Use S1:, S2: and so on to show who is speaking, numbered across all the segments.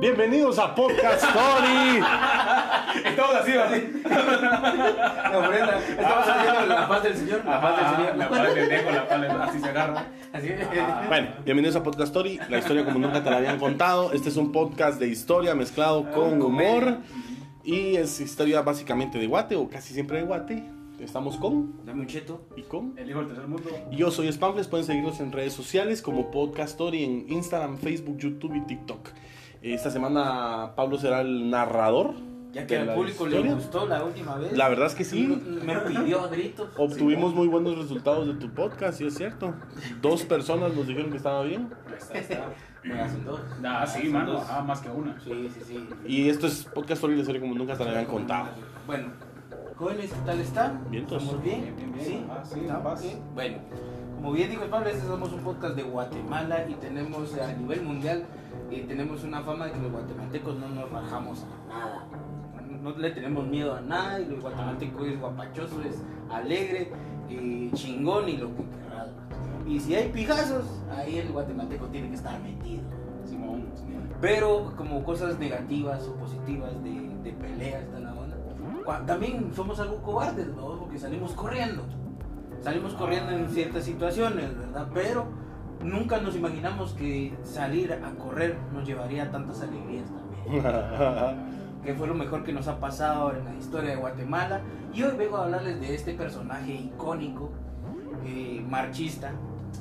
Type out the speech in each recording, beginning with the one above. S1: Bienvenidos a Podcast Story.
S2: Estamos así, así.
S3: La ofrenda. Estamos haciendo la paz del Señor. La paz del Señor.
S2: La pala del dejo, la pala, así se agarra. Ah.
S3: Así es.
S4: Bueno, bienvenidos a Podcast Story, la historia como nunca te la habían contado. Este es un podcast de historia mezclado con humor y es historia básicamente de Guate o casi siempre de Guate. Estamos con
S3: Dame un cheto.
S4: y con.
S2: El hijo del tercer mundo.
S4: Yo soy Spamfles, pueden seguirnos en redes sociales como Podcast Story en Instagram, Facebook, YouTube y TikTok. Esta semana Pablo será el narrador.
S3: Ya
S4: de
S3: que al
S4: la
S3: público le
S4: historia.
S3: gustó la última vez.
S4: La verdad es que sí.
S3: Me pidió a gritos.
S4: Obtuvimos muy buenos resultados de tu podcast, sí es cierto. Dos personas nos dijeron que estaba bien.
S3: Está, está. Me asustó.
S2: pues, Ah, sí,
S3: Son
S2: mano.
S3: dos.
S2: Ah, más que una.
S3: pues. Sí, sí, sí.
S4: Y esto es podcast sobre la historia como nunca te la habían contado.
S3: Bueno, jóvenes, ¿qué tal están?
S4: Bien, todos.
S3: ¿Estamos bien?
S2: Bien, bien, bien.
S3: Sí,
S2: Ah, sí,
S3: ¿Estamos
S2: paz.
S3: bien? Bueno, como bien dijo el Pablo, este somos un podcast de Guatemala y tenemos a nivel mundial y tenemos una fama de que los guatemaltecos no nos bajamos a nada. No le tenemos miedo a nada y los guatemaltecos es guapachoso, es alegre y chingón y lo que querrás. Y si hay pijazos, ahí el guatemalteco tiene que estar metido.
S2: Simón. Simón.
S3: Pero como cosas negativas o positivas de, de pelea está la onda. Cua- También somos algo cobardes, ¿no? Porque salimos corriendo. Salimos corriendo en ciertas situaciones, ¿verdad? Pero nunca nos imaginamos que salir a correr nos llevaría a tantas alegrías también. Que fue lo mejor que nos ha pasado en la historia de Guatemala. Y hoy vengo a hablarles de este personaje icónico, eh, marchista,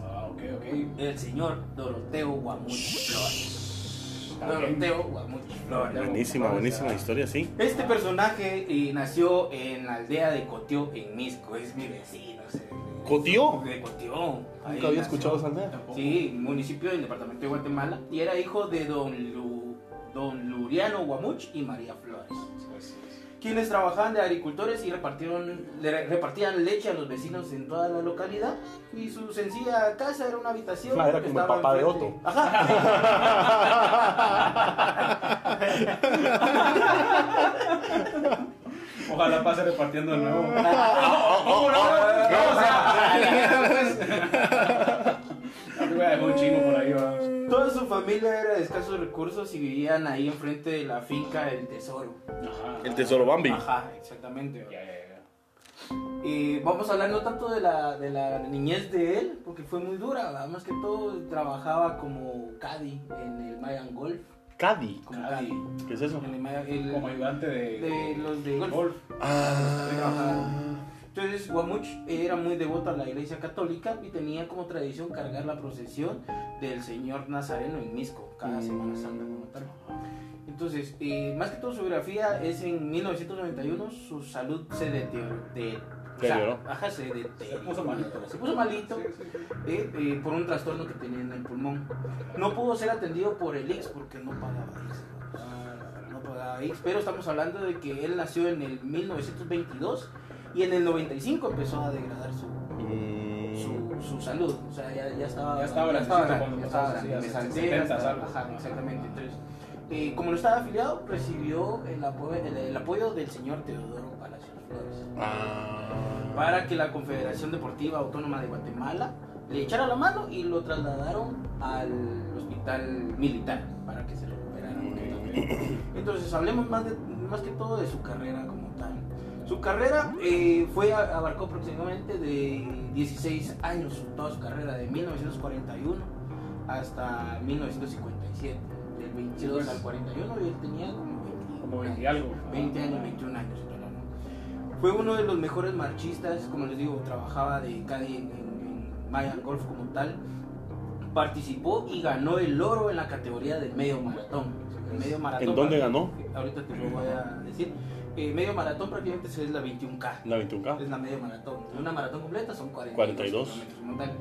S2: Ah, ok, ok.
S3: el señor Doroteo Guamuch Flores. Doroteo Guamuch Flores.
S4: buenísima, buenísima historia, sí.
S3: Este personaje eh, nació en la aldea de Cotió, en Misco, es mi vecino. o sea,
S4: ¿Cotió?
S3: De Cotió. Ahí
S4: Nunca había
S3: nació.
S4: escuchado esa aldea.
S2: Tampoco.
S3: Sí, municipio del departamento de Guatemala. Y era hijo de don, Lu- don Luriano Guamuch y María Flores
S2: Pues, sí.
S3: quienes trabajaban de agricultores y repartieron, le- repartían leche a los vecinos en toda la localidad. Y su sencilla casa era una habitación.
S4: Ah, era
S3: que
S4: como el
S3: estaba
S4: papá de
S3: enfrente-
S4: Otto.
S3: Ajá.
S2: Ojalá pase repartiendo de nuevo.
S3: Ah. ¿Cómo no? O sea,
S2: Ah, voy a dejar un chingo por ahí, va.
S3: Toda su familia era de escasos recursos y vivían ahí enfrente de la finca del tesoro.
S2: Ajá.
S4: El tesoro Bambi.
S3: Ajá, exactamente.
S2: Ya, ya, ya.
S3: Y vamos a hablar no tanto de la, de la niñez de él, porque fue muy dura. ¿verdad? Más que todo trabajaba como caddy en el Mayan Golf.
S4: Cadi.
S3: Como
S2: Caddy.
S3: caddy.
S4: ¿Qué es eso?
S3: En el Mayan- el-
S2: Como ayudante de,
S3: de los de golf.
S2: golf.
S4: Ah.
S3: Entonces Guamuch era muy devoto a la iglesia católica y tenía como tradición cargar la procesión del Señor Nazareno en Misco cada
S4: Mm.
S3: Semana Santa como tal. Entonces, eh, más que todo su biografía es en 1991 su salud se deterioró. de- o sea,
S4: Deterioró.
S3: ajá, se deterioró.
S2: Se puso malito.
S3: Se puso malito
S2: Sí, sí, sí.
S3: eh, eh, por un trastorno que tenía en el pulmón. No pudo ser atendido por el IX porque no pagaba IX. No pagaba IX, pero estamos hablando de que él nació en el 1922 y en el 95 empezó a degradar su,
S4: Mm.
S3: su, su salud. O sea, ya, ya estaba.
S2: Ya estaba grandecito cuando
S3: ya estaba
S2: pasó, sí, hace
S3: grande. Me salté
S2: 70s
S3: hasta-
S2: algo.
S3: ajá, exactamente. Entonces, eh, como no estaba afiliado, recibió el, apo- el- el apoyo del señor Teodoro Palacios Flores
S4: Ah.
S3: para que la Confederación Deportiva Autónoma de Guatemala le echara la mano y lo trasladaron al hospital militar para que se recuperara. un poquito mejor. Entonces hablemos más, de- más que todo de su carrera como tal. Su carrera eh, fue, a- abarcó aproximadamente de 16 años, toda su carrera, de 1941 hasta 1957. Del 22
S2: Pues-
S3: al 41 y él tenía como 20,
S2: Como 20 y algo.
S3: 20 años, 21 años. en total, ¿no? Fue uno de los mejores marchistas, como les digo, trabajaba de Caddy en, en- en Mayan Golf como tal. Participó y ganó el oro en la categoría del medio maratón. El medio maratón
S4: ¿En dónde ganó?
S3: ahorita te lo voy a decir. eh, medio maratón prácticamente es la 21K.
S4: La 21K.
S3: Es la media maratón. Una maratón completa son 42,
S4: 42.
S3: kilómetros como tal.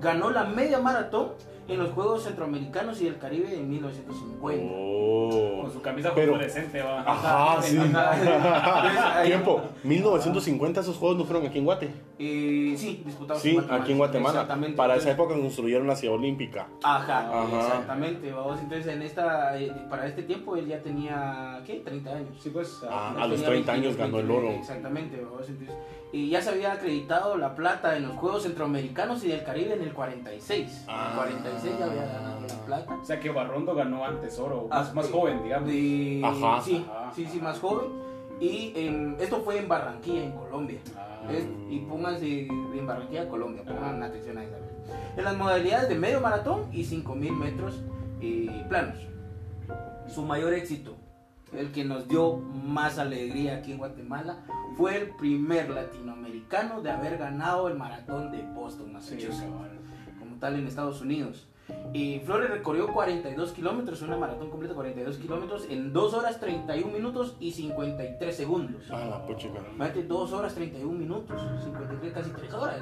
S3: Ganó la media maratón en los Juegos Centroamericanos y del Caribe en 1950.
S4: Oh.
S2: Con su camisa
S4: Pero-
S2: fosforescente, va.
S3: Ah.
S4: Ajá, sí.
S3: Ajá.
S4: Tiempo. 1950 esos juegos no fueron aquí en Guate.
S3: Eh, sí, disputados
S4: Sí, aquí en Guatemala.
S3: Exactamente.
S4: Para esa
S3: Entonces-
S4: época construyeron la ciudad olímpica.
S3: Ajá,
S4: Ajá.
S3: exactamente. vamos. Entonces, en esta, eh, para este tiempo él ya tenía, ¿qué? 30 años.
S2: Sí, pues.
S4: Ah,
S3: Ya
S4: a los
S3: tenía
S4: 30 años ganó el oro.
S3: Exactamente, vamos, entonces, y ya se había acreditado la plata en los Juegos Centroamericanos y del Caribe en el 46. En
S4: Ah.
S3: el 46 ya había ganado la plata.
S2: O sea que Barrondo ganó antes oro,
S3: Ah,
S2: más, más
S3: sí.
S2: joven, digamos.
S3: De-
S4: Ajá.
S3: Sí,
S2: Ajá.
S3: sí, sí, más joven. Y en- esto fue en Barranquilla, en Colombia.
S2: Ah,
S3: Es- y pónganse en Barranquilla, Colombia, pongan atención a esa. En las modalidades de medio maratón y 5000 metros eh, planos. Su mayor éxito, el que nos dio más alegría aquí en Guatemala, fue el primer latinoamericano de haber ganado el maratón de Boston,
S2: sí,
S3: Massachusetts
S2: cabal.
S3: como tal en Estados Unidos. Y Flores recorrió 42 kilómetros, una maratón completa de 42 kilómetros en 2 horas 31 minutos y 53 segundos.
S4: Ah, la puchica.
S3: Imagínate, 2 horas 31 minutos, 53, casi 3 horas.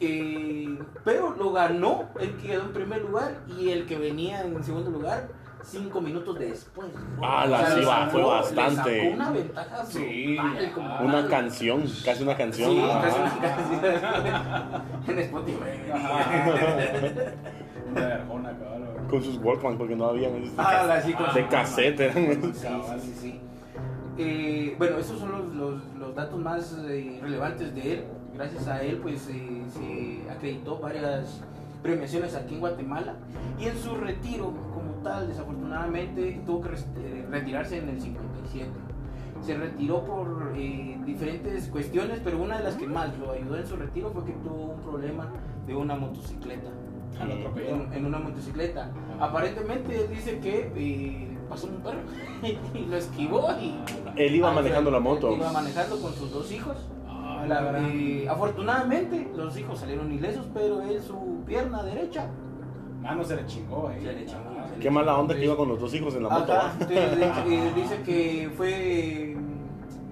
S3: Eh, pero lo ganó el que quedó en primer lugar y el que venía en segundo lugar 5 minutos después.
S4: Ah, la
S3: le
S2: sí, va,
S3: sacó-
S2: fue
S3: le
S4: bastante.
S3: sacó una ventaja
S2: Sí,
S3: brutal, como
S2: ajá.
S4: Una
S3: tal.
S4: canción, casi una canción.
S3: Sí,
S4: Ah.
S3: casi una
S2: Ah.
S3: canción. en Spotify.
S2: Una de Arjona, cabal. güey.
S4: Con sus Walkman, porque no habían. esos de
S3: Ah,
S4: cas-
S3: la sí, con-
S4: De cassette eran esos.
S3: Sí, sí, sí, sí. Eh, bueno, esos son los, los- los datos más eh, relevantes de él. Gracias a él, pues eh, se acreditó varias premiaciones aquí en Guatemala. Y en su retiro, como tal, desafortunadamente, tuvo que res- eh, retirarse en el 57. Se retiró por eh, diferentes cuestiones, pero una de las que más lo ayudó en su retiro fue que tuvo un problema de una motocicleta
S2: Ah, lo atropellaron.
S3: en, en una motocicleta. Aparentemente él dice que eh, pasó un perro y lo esquivó y
S4: Él iba manejando la moto.
S3: Ah, Iba manejando con sus dos hijos.
S2: Ah,
S3: La-
S2: la gran-
S3: eh, afortunadamente los hijos salieron ilesos, pero él su pierna derecha
S2: Mano ah, se le chingó ahí.
S3: Se le chingó,
S2: Ah,
S3: se le
S4: Qué mala onda que iba con los dos hijos en la moto.
S3: Ajá,
S4: ¿va?
S3: entonces, eh, eh, dice que fue eh,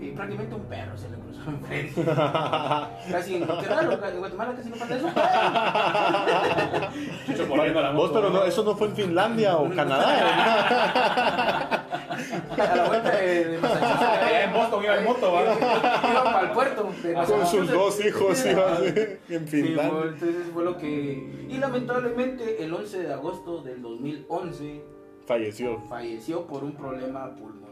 S3: eh, prácticamente un perro se le cruzó enfrente. Casi, qué raro, en Guatemala casi no pasa eso.
S2: Chucho corriendo a la
S4: Vos,
S2: moto,
S4: pero no,
S2: güey.
S4: eso no fue en Finlandia o Canadá. ¿eh?
S3: A la vuelta de, de Massachusetts.
S2: Allá en Boston iba en moto, ¿va?
S3: Iba para el puerto. de
S4: ¿no? Con sus
S3: Massachusetts.
S4: dos hijos iba así, en
S3: Sí, fue-
S4: Finlandia.
S3: entonces fue lo que... Y lamentablemente el 11 de agosto del 2011
S4: Falleció.
S3: falleció por un problema pulmonar.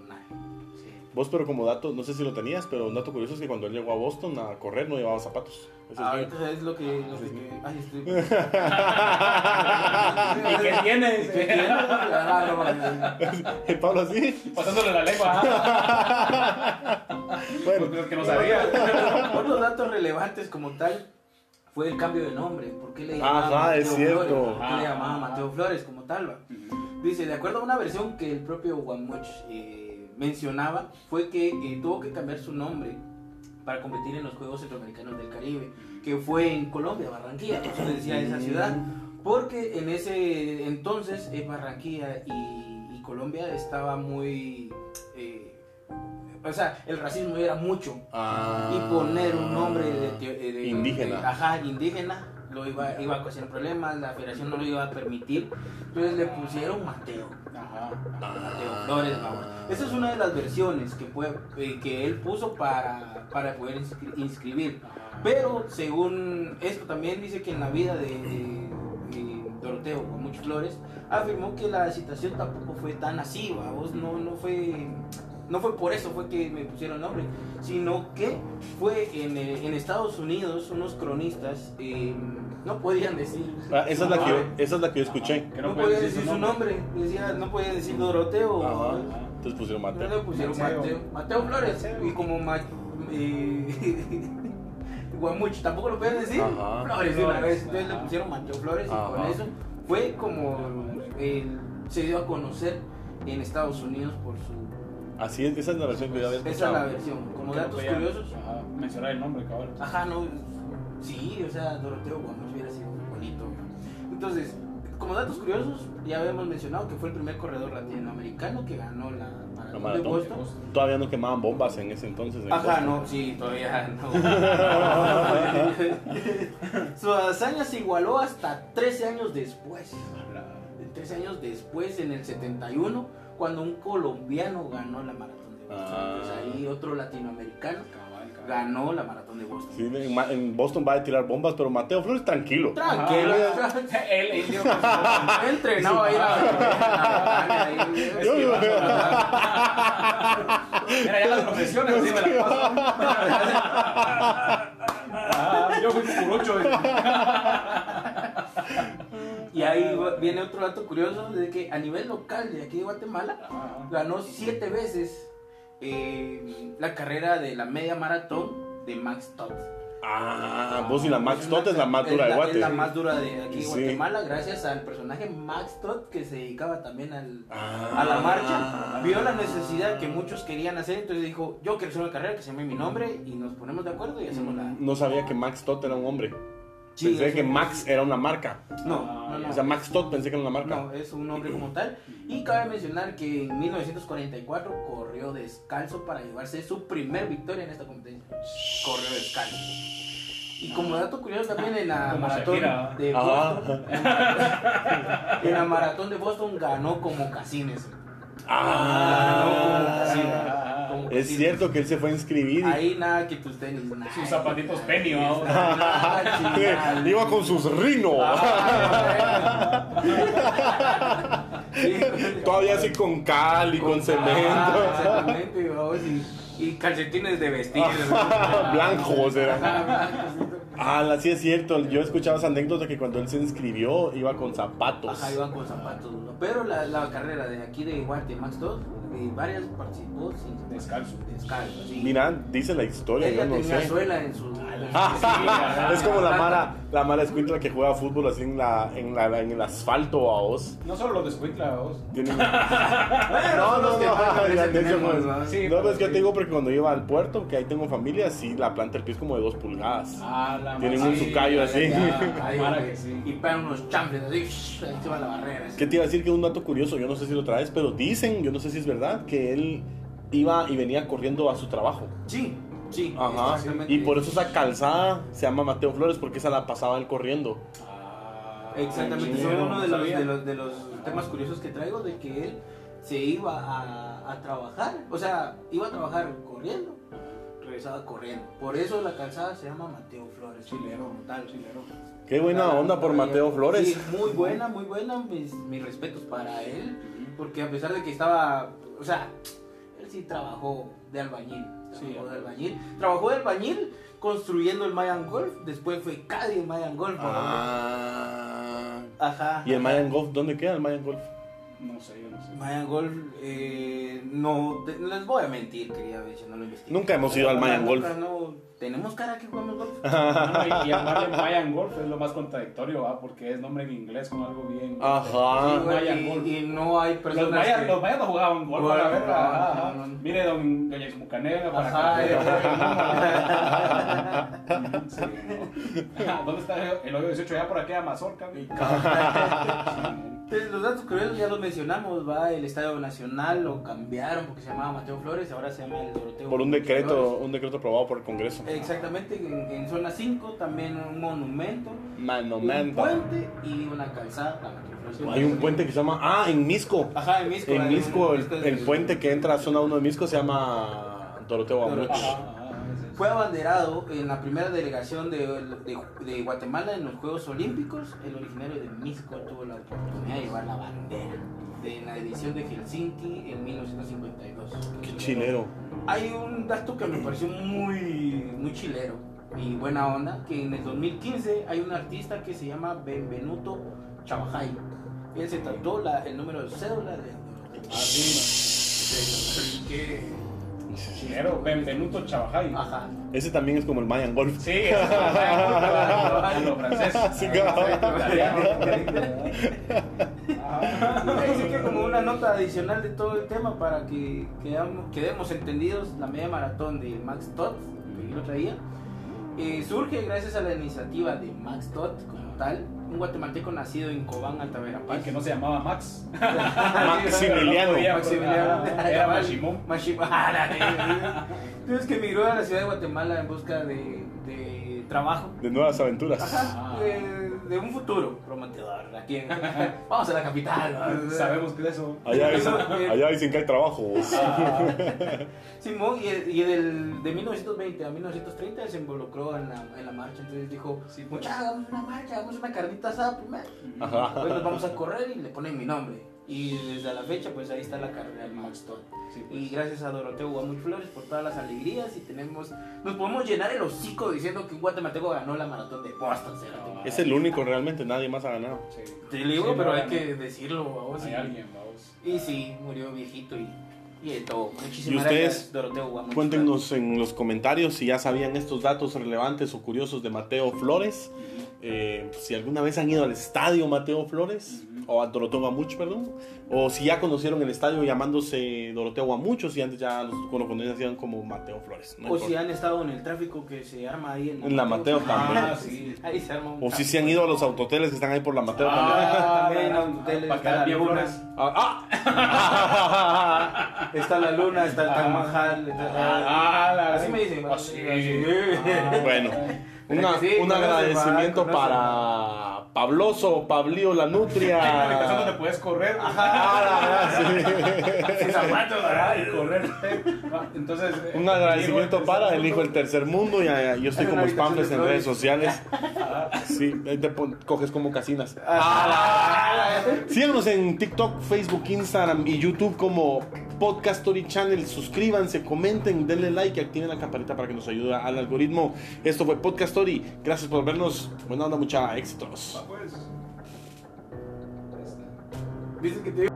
S4: Vos, pero como dato, no sé si lo tenías, pero un dato curioso es que cuando él llegó a Boston a correr no llevaba zapatos. Ese Pues es
S3: Ah,
S4: mío.
S3: entonces es lo que... Lo que, que- ay, estoy...
S2: ¿Y qué
S3: ¿Qué tiene?
S2: tiene?
S3: Ah, no, vale.
S4: El Pablo así.
S2: Pasándole la lengua. ajá.
S4: Bueno,
S2: Porque que no sabía.
S3: Otros datos relevantes como tal fue el cambio de nombre. ¿Por qué le llamaban
S4: Ajá, es cierto.
S3: Flores? ¿Por qué le
S2: Ah.
S3: llamaban Mateo Flores como tal? va? Dice, de acuerdo a una versión que el propio Guamuch eh, mencionaba, fue que eh, tuvo que cambiar su nombre para competir en los Juegos Centroamericanos del Caribe, que fue en Colombia, Barranquilla, por eso le decía esa ciudad, porque en ese entonces eh, Barranquilla y, y Colombia estaba muy... eh, o sea, el racismo era mucho
S4: Ah.
S3: y poner un nombre de, de- de-
S4: Indígena.
S3: de- ajá, indígena, lo iba, iba a ocasionar problemas, la federación no lo iba a permitir, entonces le pusieron Mateo,
S2: Ajá.
S3: Mateo
S4: Ah.
S3: Flores, vamos. Esa es una de las versiones que, fue, eh, que él puso para, para poder inscri- inscribir, pero según esto también dice que en la vida de, de- de Doroteo, con muchos flores, afirmó que la situación tampoco fue tan así, vamos, no, no fue... No fue por eso fue que me pusieron nombre, sino que fue en, eh, en Estados Unidos unos cronistas eh, no podían decir.
S4: Ah, esa, es la que
S3: Ajá.
S4: yo, esa es la que yo escuché.
S2: Que
S3: no,
S2: puede
S3: podían decir su nombre. Decía, no podían decir Doroteo.
S4: Ajá.
S3: ¿no?
S4: Entonces pusieron
S3: Entonces
S4: Mateo.
S3: le pusieron
S2: Mateo.
S3: Mateo. Mateo Flores.
S2: Mateo.
S3: Y como Ma- eh, Guamuch tampoco lo podían decir.
S4: Ajá.
S3: Flores de una
S2: Flores,
S3: vez. Entonces le
S2: ajá.
S3: pusieron Mateo Flores
S4: Ajá.
S3: y con eso fue como él se dio a conocer en Estados Unidos por su
S4: Así es, esa es la versión que yo había
S3: esa es la
S4: escuchado.
S3: versión. Como
S2: Que no
S3: datos
S2: podía,
S3: curiosos.
S2: Ajá. Mencionar el nombre, cabrón.
S3: Ajá, no. Sí, o sea, Doroteo Guamuch hubiera sido bonito. Entonces, como datos curiosos, ya habíamos mencionado que fue el primer corredor latinoamericano que ganó la maratón.
S4: La
S3: maratón,
S4: maratón.
S3: de Boston.
S4: Todavía no quemaban bombas en ese entonces. en
S3: Ajá,
S4: Boston.
S3: no, sí, todavía no. Su hazaña se igualó hasta 13 años después. 13 años después, en el 71, cuando un colombiano ganó la maratón de Boston.
S4: Ah.
S3: Entonces ahí otro latinoamericano
S2: Cabal, cabal.
S3: ganó la maratón de Boston.
S4: Sí, en, Ma- en Boston va a tirar bombas, pero Mateo Flores tranquilo.
S3: Tranquilo,
S2: Ah.
S3: tra-
S2: El indio con su-
S3: he entrenado ahí la-
S4: Yo-
S3: Es que va-
S2: Era ya la profesión, así me la paso. Ah, Yo fui cucurucho. eh.
S3: Y ahí va- viene otro dato curioso de que a nivel local de aquí de Guatemala ganó siete veces eh, la carrera de la media maratón de Max Todd.
S4: Ah, vos y la Max
S3: Es
S4: Tot es la más dura de
S3: la- Es
S4: Guate.
S3: la más dura de aquí de
S4: Sí.
S3: Guatemala gracias al personaje Max Todd que se dedicaba también al,
S4: Ah.
S3: a la marcha. Vio la necesidad que muchos querían hacer, entonces dijo, yo quiero hacer una carrera que se llame mi nombre y nos ponemos de acuerdo y hacemos la...
S4: Mm, No sabía que Max Tot era un hombre.
S3: Sí,
S4: pensé
S3: es
S4: que
S3: un-
S4: Max era una marca.
S3: No, no, no.
S4: O sea, Max Tot pensé que era una marca.
S3: No, es un hombre como tal. Y cabe mencionar que en 1944 corrió descalzo para llevarse su primer victoria en esta competencia. Corrió descalzo. Y como dato curioso también en la
S2: Como
S3: maratón
S2: Shakira, ¿no?
S3: de
S4: Ajá.
S3: Boston, en la maratón de Boston ganó como Casines.
S4: Ah,
S3: Ganó como
S2: Ah.
S3: Cassines, como
S4: es
S3: Cassines.
S4: cierto que él se fue a inscribir. y-
S3: Ahí nada que tus tenis. nada.
S2: Sus zapatitos penny, ¿no?
S3: Nada, chingada.
S4: Iba con sus rinos.
S3: Ah, bueno.
S4: Todavía así con cal y con
S3: Ah,
S4: cemento.
S3: exactamente, vamos, y, y calcetines de vestir. ¿no?
S4: Blancos eran.
S3: Ah, blancos.
S4: Ah, la- sí es cierto. Yo escuchaba esa anécdota que cuando él se inscribió iba con zapatos.
S3: Ajá, iban con zapatos, ¿no? Pero la, la carrera de aquí de Guate Max 2, de varias participó sin
S2: Descalzo.
S3: descalzo. sí.
S4: Mira, dice la historia,
S3: ella
S4: yo no
S3: tenía
S4: sé.
S3: suela en su.
S4: Ah, es como la mara, la mara escuintla que juega fútbol así en la, en la, en el asfalto a vos.
S2: No solo los de Escuintla, vos.
S4: Tienen-
S3: no,
S4: No, Ah, no, no, ya,
S3: no,
S4: de hecho, pues, no,
S2: Sí,
S4: pero
S2: pero
S4: es que
S2: sí.
S4: te digo porque cuando iba al puerto, que ahí tengo familia, sí, la planta del pie es como de dos pulgadas.
S2: Ah, la
S4: Tienen
S2: madre.
S4: un sucayo así.
S2: Ah,
S3: Ahí,
S2: Mara
S3: güey,
S2: que sí.
S3: Y pegan unos chambres así, shh, encima de la barrera. así.
S4: ¿Qué te iba a decir? Que un dato curioso, yo no sé si lo traes, pero dicen, yo no sé si es verdad, que él iba y venía corriendo a su trabajo.
S3: Sí, sí.
S4: Ajá.
S3: exactamente.
S4: Y por eso esa calzada se llama Mateo Flores, porque esa la pasaba él corriendo.
S2: Ah,
S3: Exactamente,
S2: chingado,
S3: son uno de
S2: no
S3: los,
S2: sabía.
S3: de, los, de los temas curiosos que traigo de que él se iba a, a trabajar, o sea, iba a trabajar corriendo, regresaba corriendo. Por eso la calzada se llama Mateo Flores.
S2: Chilero,
S3: como tal.
S2: chilero.
S4: Qué buena
S3: Ah,
S4: onda por
S3: todavía.
S4: Mateo Flores.
S3: Sí, muy buena, muy buena, mis, mis respetos para él, porque a pesar de que estaba, o sea, él sí trabajó de albañil.
S2: Sí,
S3: Trabajó de
S2: albañil.
S3: albañil. Trabajó de albañil construyendo el Mayan Golf, después fue Caddy en Mayan Golf.
S4: Ah.
S3: Ajá.
S4: ¿Y el Mayan Golf? ¿Dónde queda el Mayan Golf?
S2: No sé, yo no sé.
S3: Mayan Golf, eh, no, te- no les voy a mentir, querida Beche, no lo investigué.
S4: Nunca hemos ido al Mayan
S3: Nunca,
S4: Golf.
S3: no. tenemos cara que jugamos golf.
S2: No, y- y llamarle Mayan Golf es lo más contradictorio, ¿va? porque es nombre en inglés con algo bien.
S4: Ajá.
S3: Sí, güey,
S2: Mayan
S3: y,
S2: Golf.
S3: y no hay
S2: Los
S3: personas
S2: mayas,
S3: que-
S2: los mayas no jugaban golf, a la
S3: Golf,
S2: verga.
S3: no,
S2: ajá,
S3: no,
S2: ajá.
S3: no.
S2: Mire, don Doña Exmucanela para
S3: Ajá,
S2: acá.
S3: ya, ya,
S2: Sí, ¿no? ¿Dónde está el hoyo 18? Ya por aquí a Mazorca. güey. Ah,
S3: Entonces, los datos curiosos ya los mencionamos, va, el Estadio Nacional lo cambiaron porque se llamaba Mateo Flores, ahora se llama el Doroteo.
S4: Por un
S3: Flores. Eh,
S4: decreto, un decreto aprobado por el Congreso.
S3: Exactamente, en, en zona 5 también un monumento, un
S4: Manomento.
S3: puente y una calzada para Mateo Flores.
S4: Hay un puente que se llama. Ah, en Misco.
S3: Ajá, en Misco.
S4: En
S3: hay un-
S4: Misco, el,
S3: Misco es
S4: el puente que entra a zona 1 de Misco se llama Doroteo Amuch.
S2: Ajá, ese es.
S3: Fue abanderado en la primera delegación de, de- de Guatemala en los Juegos Olímpicos. El originario de Misco tuvo la oportunidad de llevar la bandera de la edición de Helsinki en 1952.
S4: Qué chilero.
S3: Hay un dato que me pareció muy, muy chilero y buena onda, que en el 2015 hay un artista que se llama Benvenuto Chavajay. Él se tatuó la- el número de cédula de...
S2: Ah, sí,
S3: ¿Qué?
S2: no. Chilero, Benvenuto Chavajay.
S3: Ajá.
S4: Ese también es como el Mayan Golf.
S2: Sí, ese es el Mayan Golf, ¿verdad? lo francés.
S4: Sí,
S2: Italiano. Ajá.
S3: Así que como una nota adicional de todo el tema para que quedamos- quedemos entendidos, la media maratón de Max Todd, que yo lo traía, eh, surge gracias a la iniciativa de Max Todd como tal, un guatemalteco nacido en Cobán, Altaverapaz.
S2: Y que no se llamaba Max.
S4: Maximiliano.
S2: Pero no podía,
S3: Maximiliano.
S2: porque Era Machimón.
S3: Machimón. Ah, la verga. Entonces que migró a la ciudad de Guatemala en busca de, de trabajo.
S4: De nuevas aventuras.
S2: Ah.
S3: De, de un futuro prometedor aquí en- Vamos a la capital. ¿no?
S2: Ah, Sabemos que es eso.
S4: Allá dicen,
S3: Eh.
S4: allá dicen que hay trabajos.
S2: Ah.
S3: Simón, y, el- y del, de 1920 a 1930 se involucró en la, en la marcha. Entonces dijo:
S2: Sí, pues.
S3: Muchachos, hagamos una marcha, hagamos una carnita asada primero. Hoy nos vamos a correr y le ponen mi nombre. Y desde la fecha, pues ahí está la carrera del Maxton.
S2: Sí, pues.
S3: Y gracias a Doroteo Guamuch Flores por todas las alegrías y tenemos. Nos podemos llenar el hocico diciendo que un guatemalteco ganó la maratón de Boston. cerote.
S2: No,
S4: Es el único realmente, nadie más ha ganado.
S2: Sí.
S3: Te lo digo,
S2: Sí,
S3: pero
S2: no,
S3: hay
S2: no.
S3: que decirlo, vamos.
S2: Hay
S3: y-
S2: alguien, vamos.
S3: Y sí, murió viejito y, y de todo. Muchísimas
S4: ¿Y ustedes?
S3: gracias, Doroteo Guamuch.
S4: Cuéntenos en los comentarios si ya sabían estos datos relevantes o curiosos de Mateo Flores. Eh, si alguna vez han ido al estadio Mateo Flores o a Doroteo Guamuch, perdón. O si ya conocieron el estadio llamándose Doroteo Guamuch o si antes ya los lo conocían como Mateo Flores. no
S3: O si
S4: importa.
S3: han estado en el tráfico que se arma ahí en
S4: En la Mateo también.
S3: Ah, sí. Ahí se arma un
S4: O si
S3: tráfico.
S4: se han ido a los autoteles que están ahí por la Mateo también.
S3: Ah,
S2: también.
S3: también a un hotel
S2: Para
S3: está
S2: quedar
S3: la
S2: bien
S3: luna.
S2: unas.
S4: Ah, ah,
S3: Está la luna, está el Taj Mahal. está-
S2: Ah, la-
S3: así me dicen.
S2: Ah, sí.
S3: Así.
S2: Ah.
S4: Bueno,
S3: Mira
S4: una-
S3: que sí,
S4: un
S3: conoce,
S4: agradecimiento
S3: conoce.
S4: para Pabloso, Pablío La
S2: Eso no te
S4: Nutria.
S2: puedes correr.
S4: Ah, la verdad, sí.
S3: Sin zapatos,
S2: Ah, y
S3: ¿verdad?
S2: correrte. Va, Entonces. eh,
S4: Un agradecimiento
S2: el
S4: para el hijo
S2: tercer
S4: del tercer mundo y eh, yo estoy
S3: Hay
S4: como
S3: una habitación
S4: spamles
S3: de
S4: en redes
S3: flores.
S4: sociales.
S2: Ah,
S4: Sí, ahí te pon- coges como casinas.
S3: Ah, la-
S4: Síganos en TikTok, Facebook, Instagram y YouTube como Podcast Story Channel. Suscríbanse, comenten, denle like y activen la campanita para que nos ayude al algoritmo. Esto fue Podcast Story. Gracias por vernos. Buena onda, mucha éxitos.
S2: mundo. Ah, pues. Ya está.
S3: Dicen que te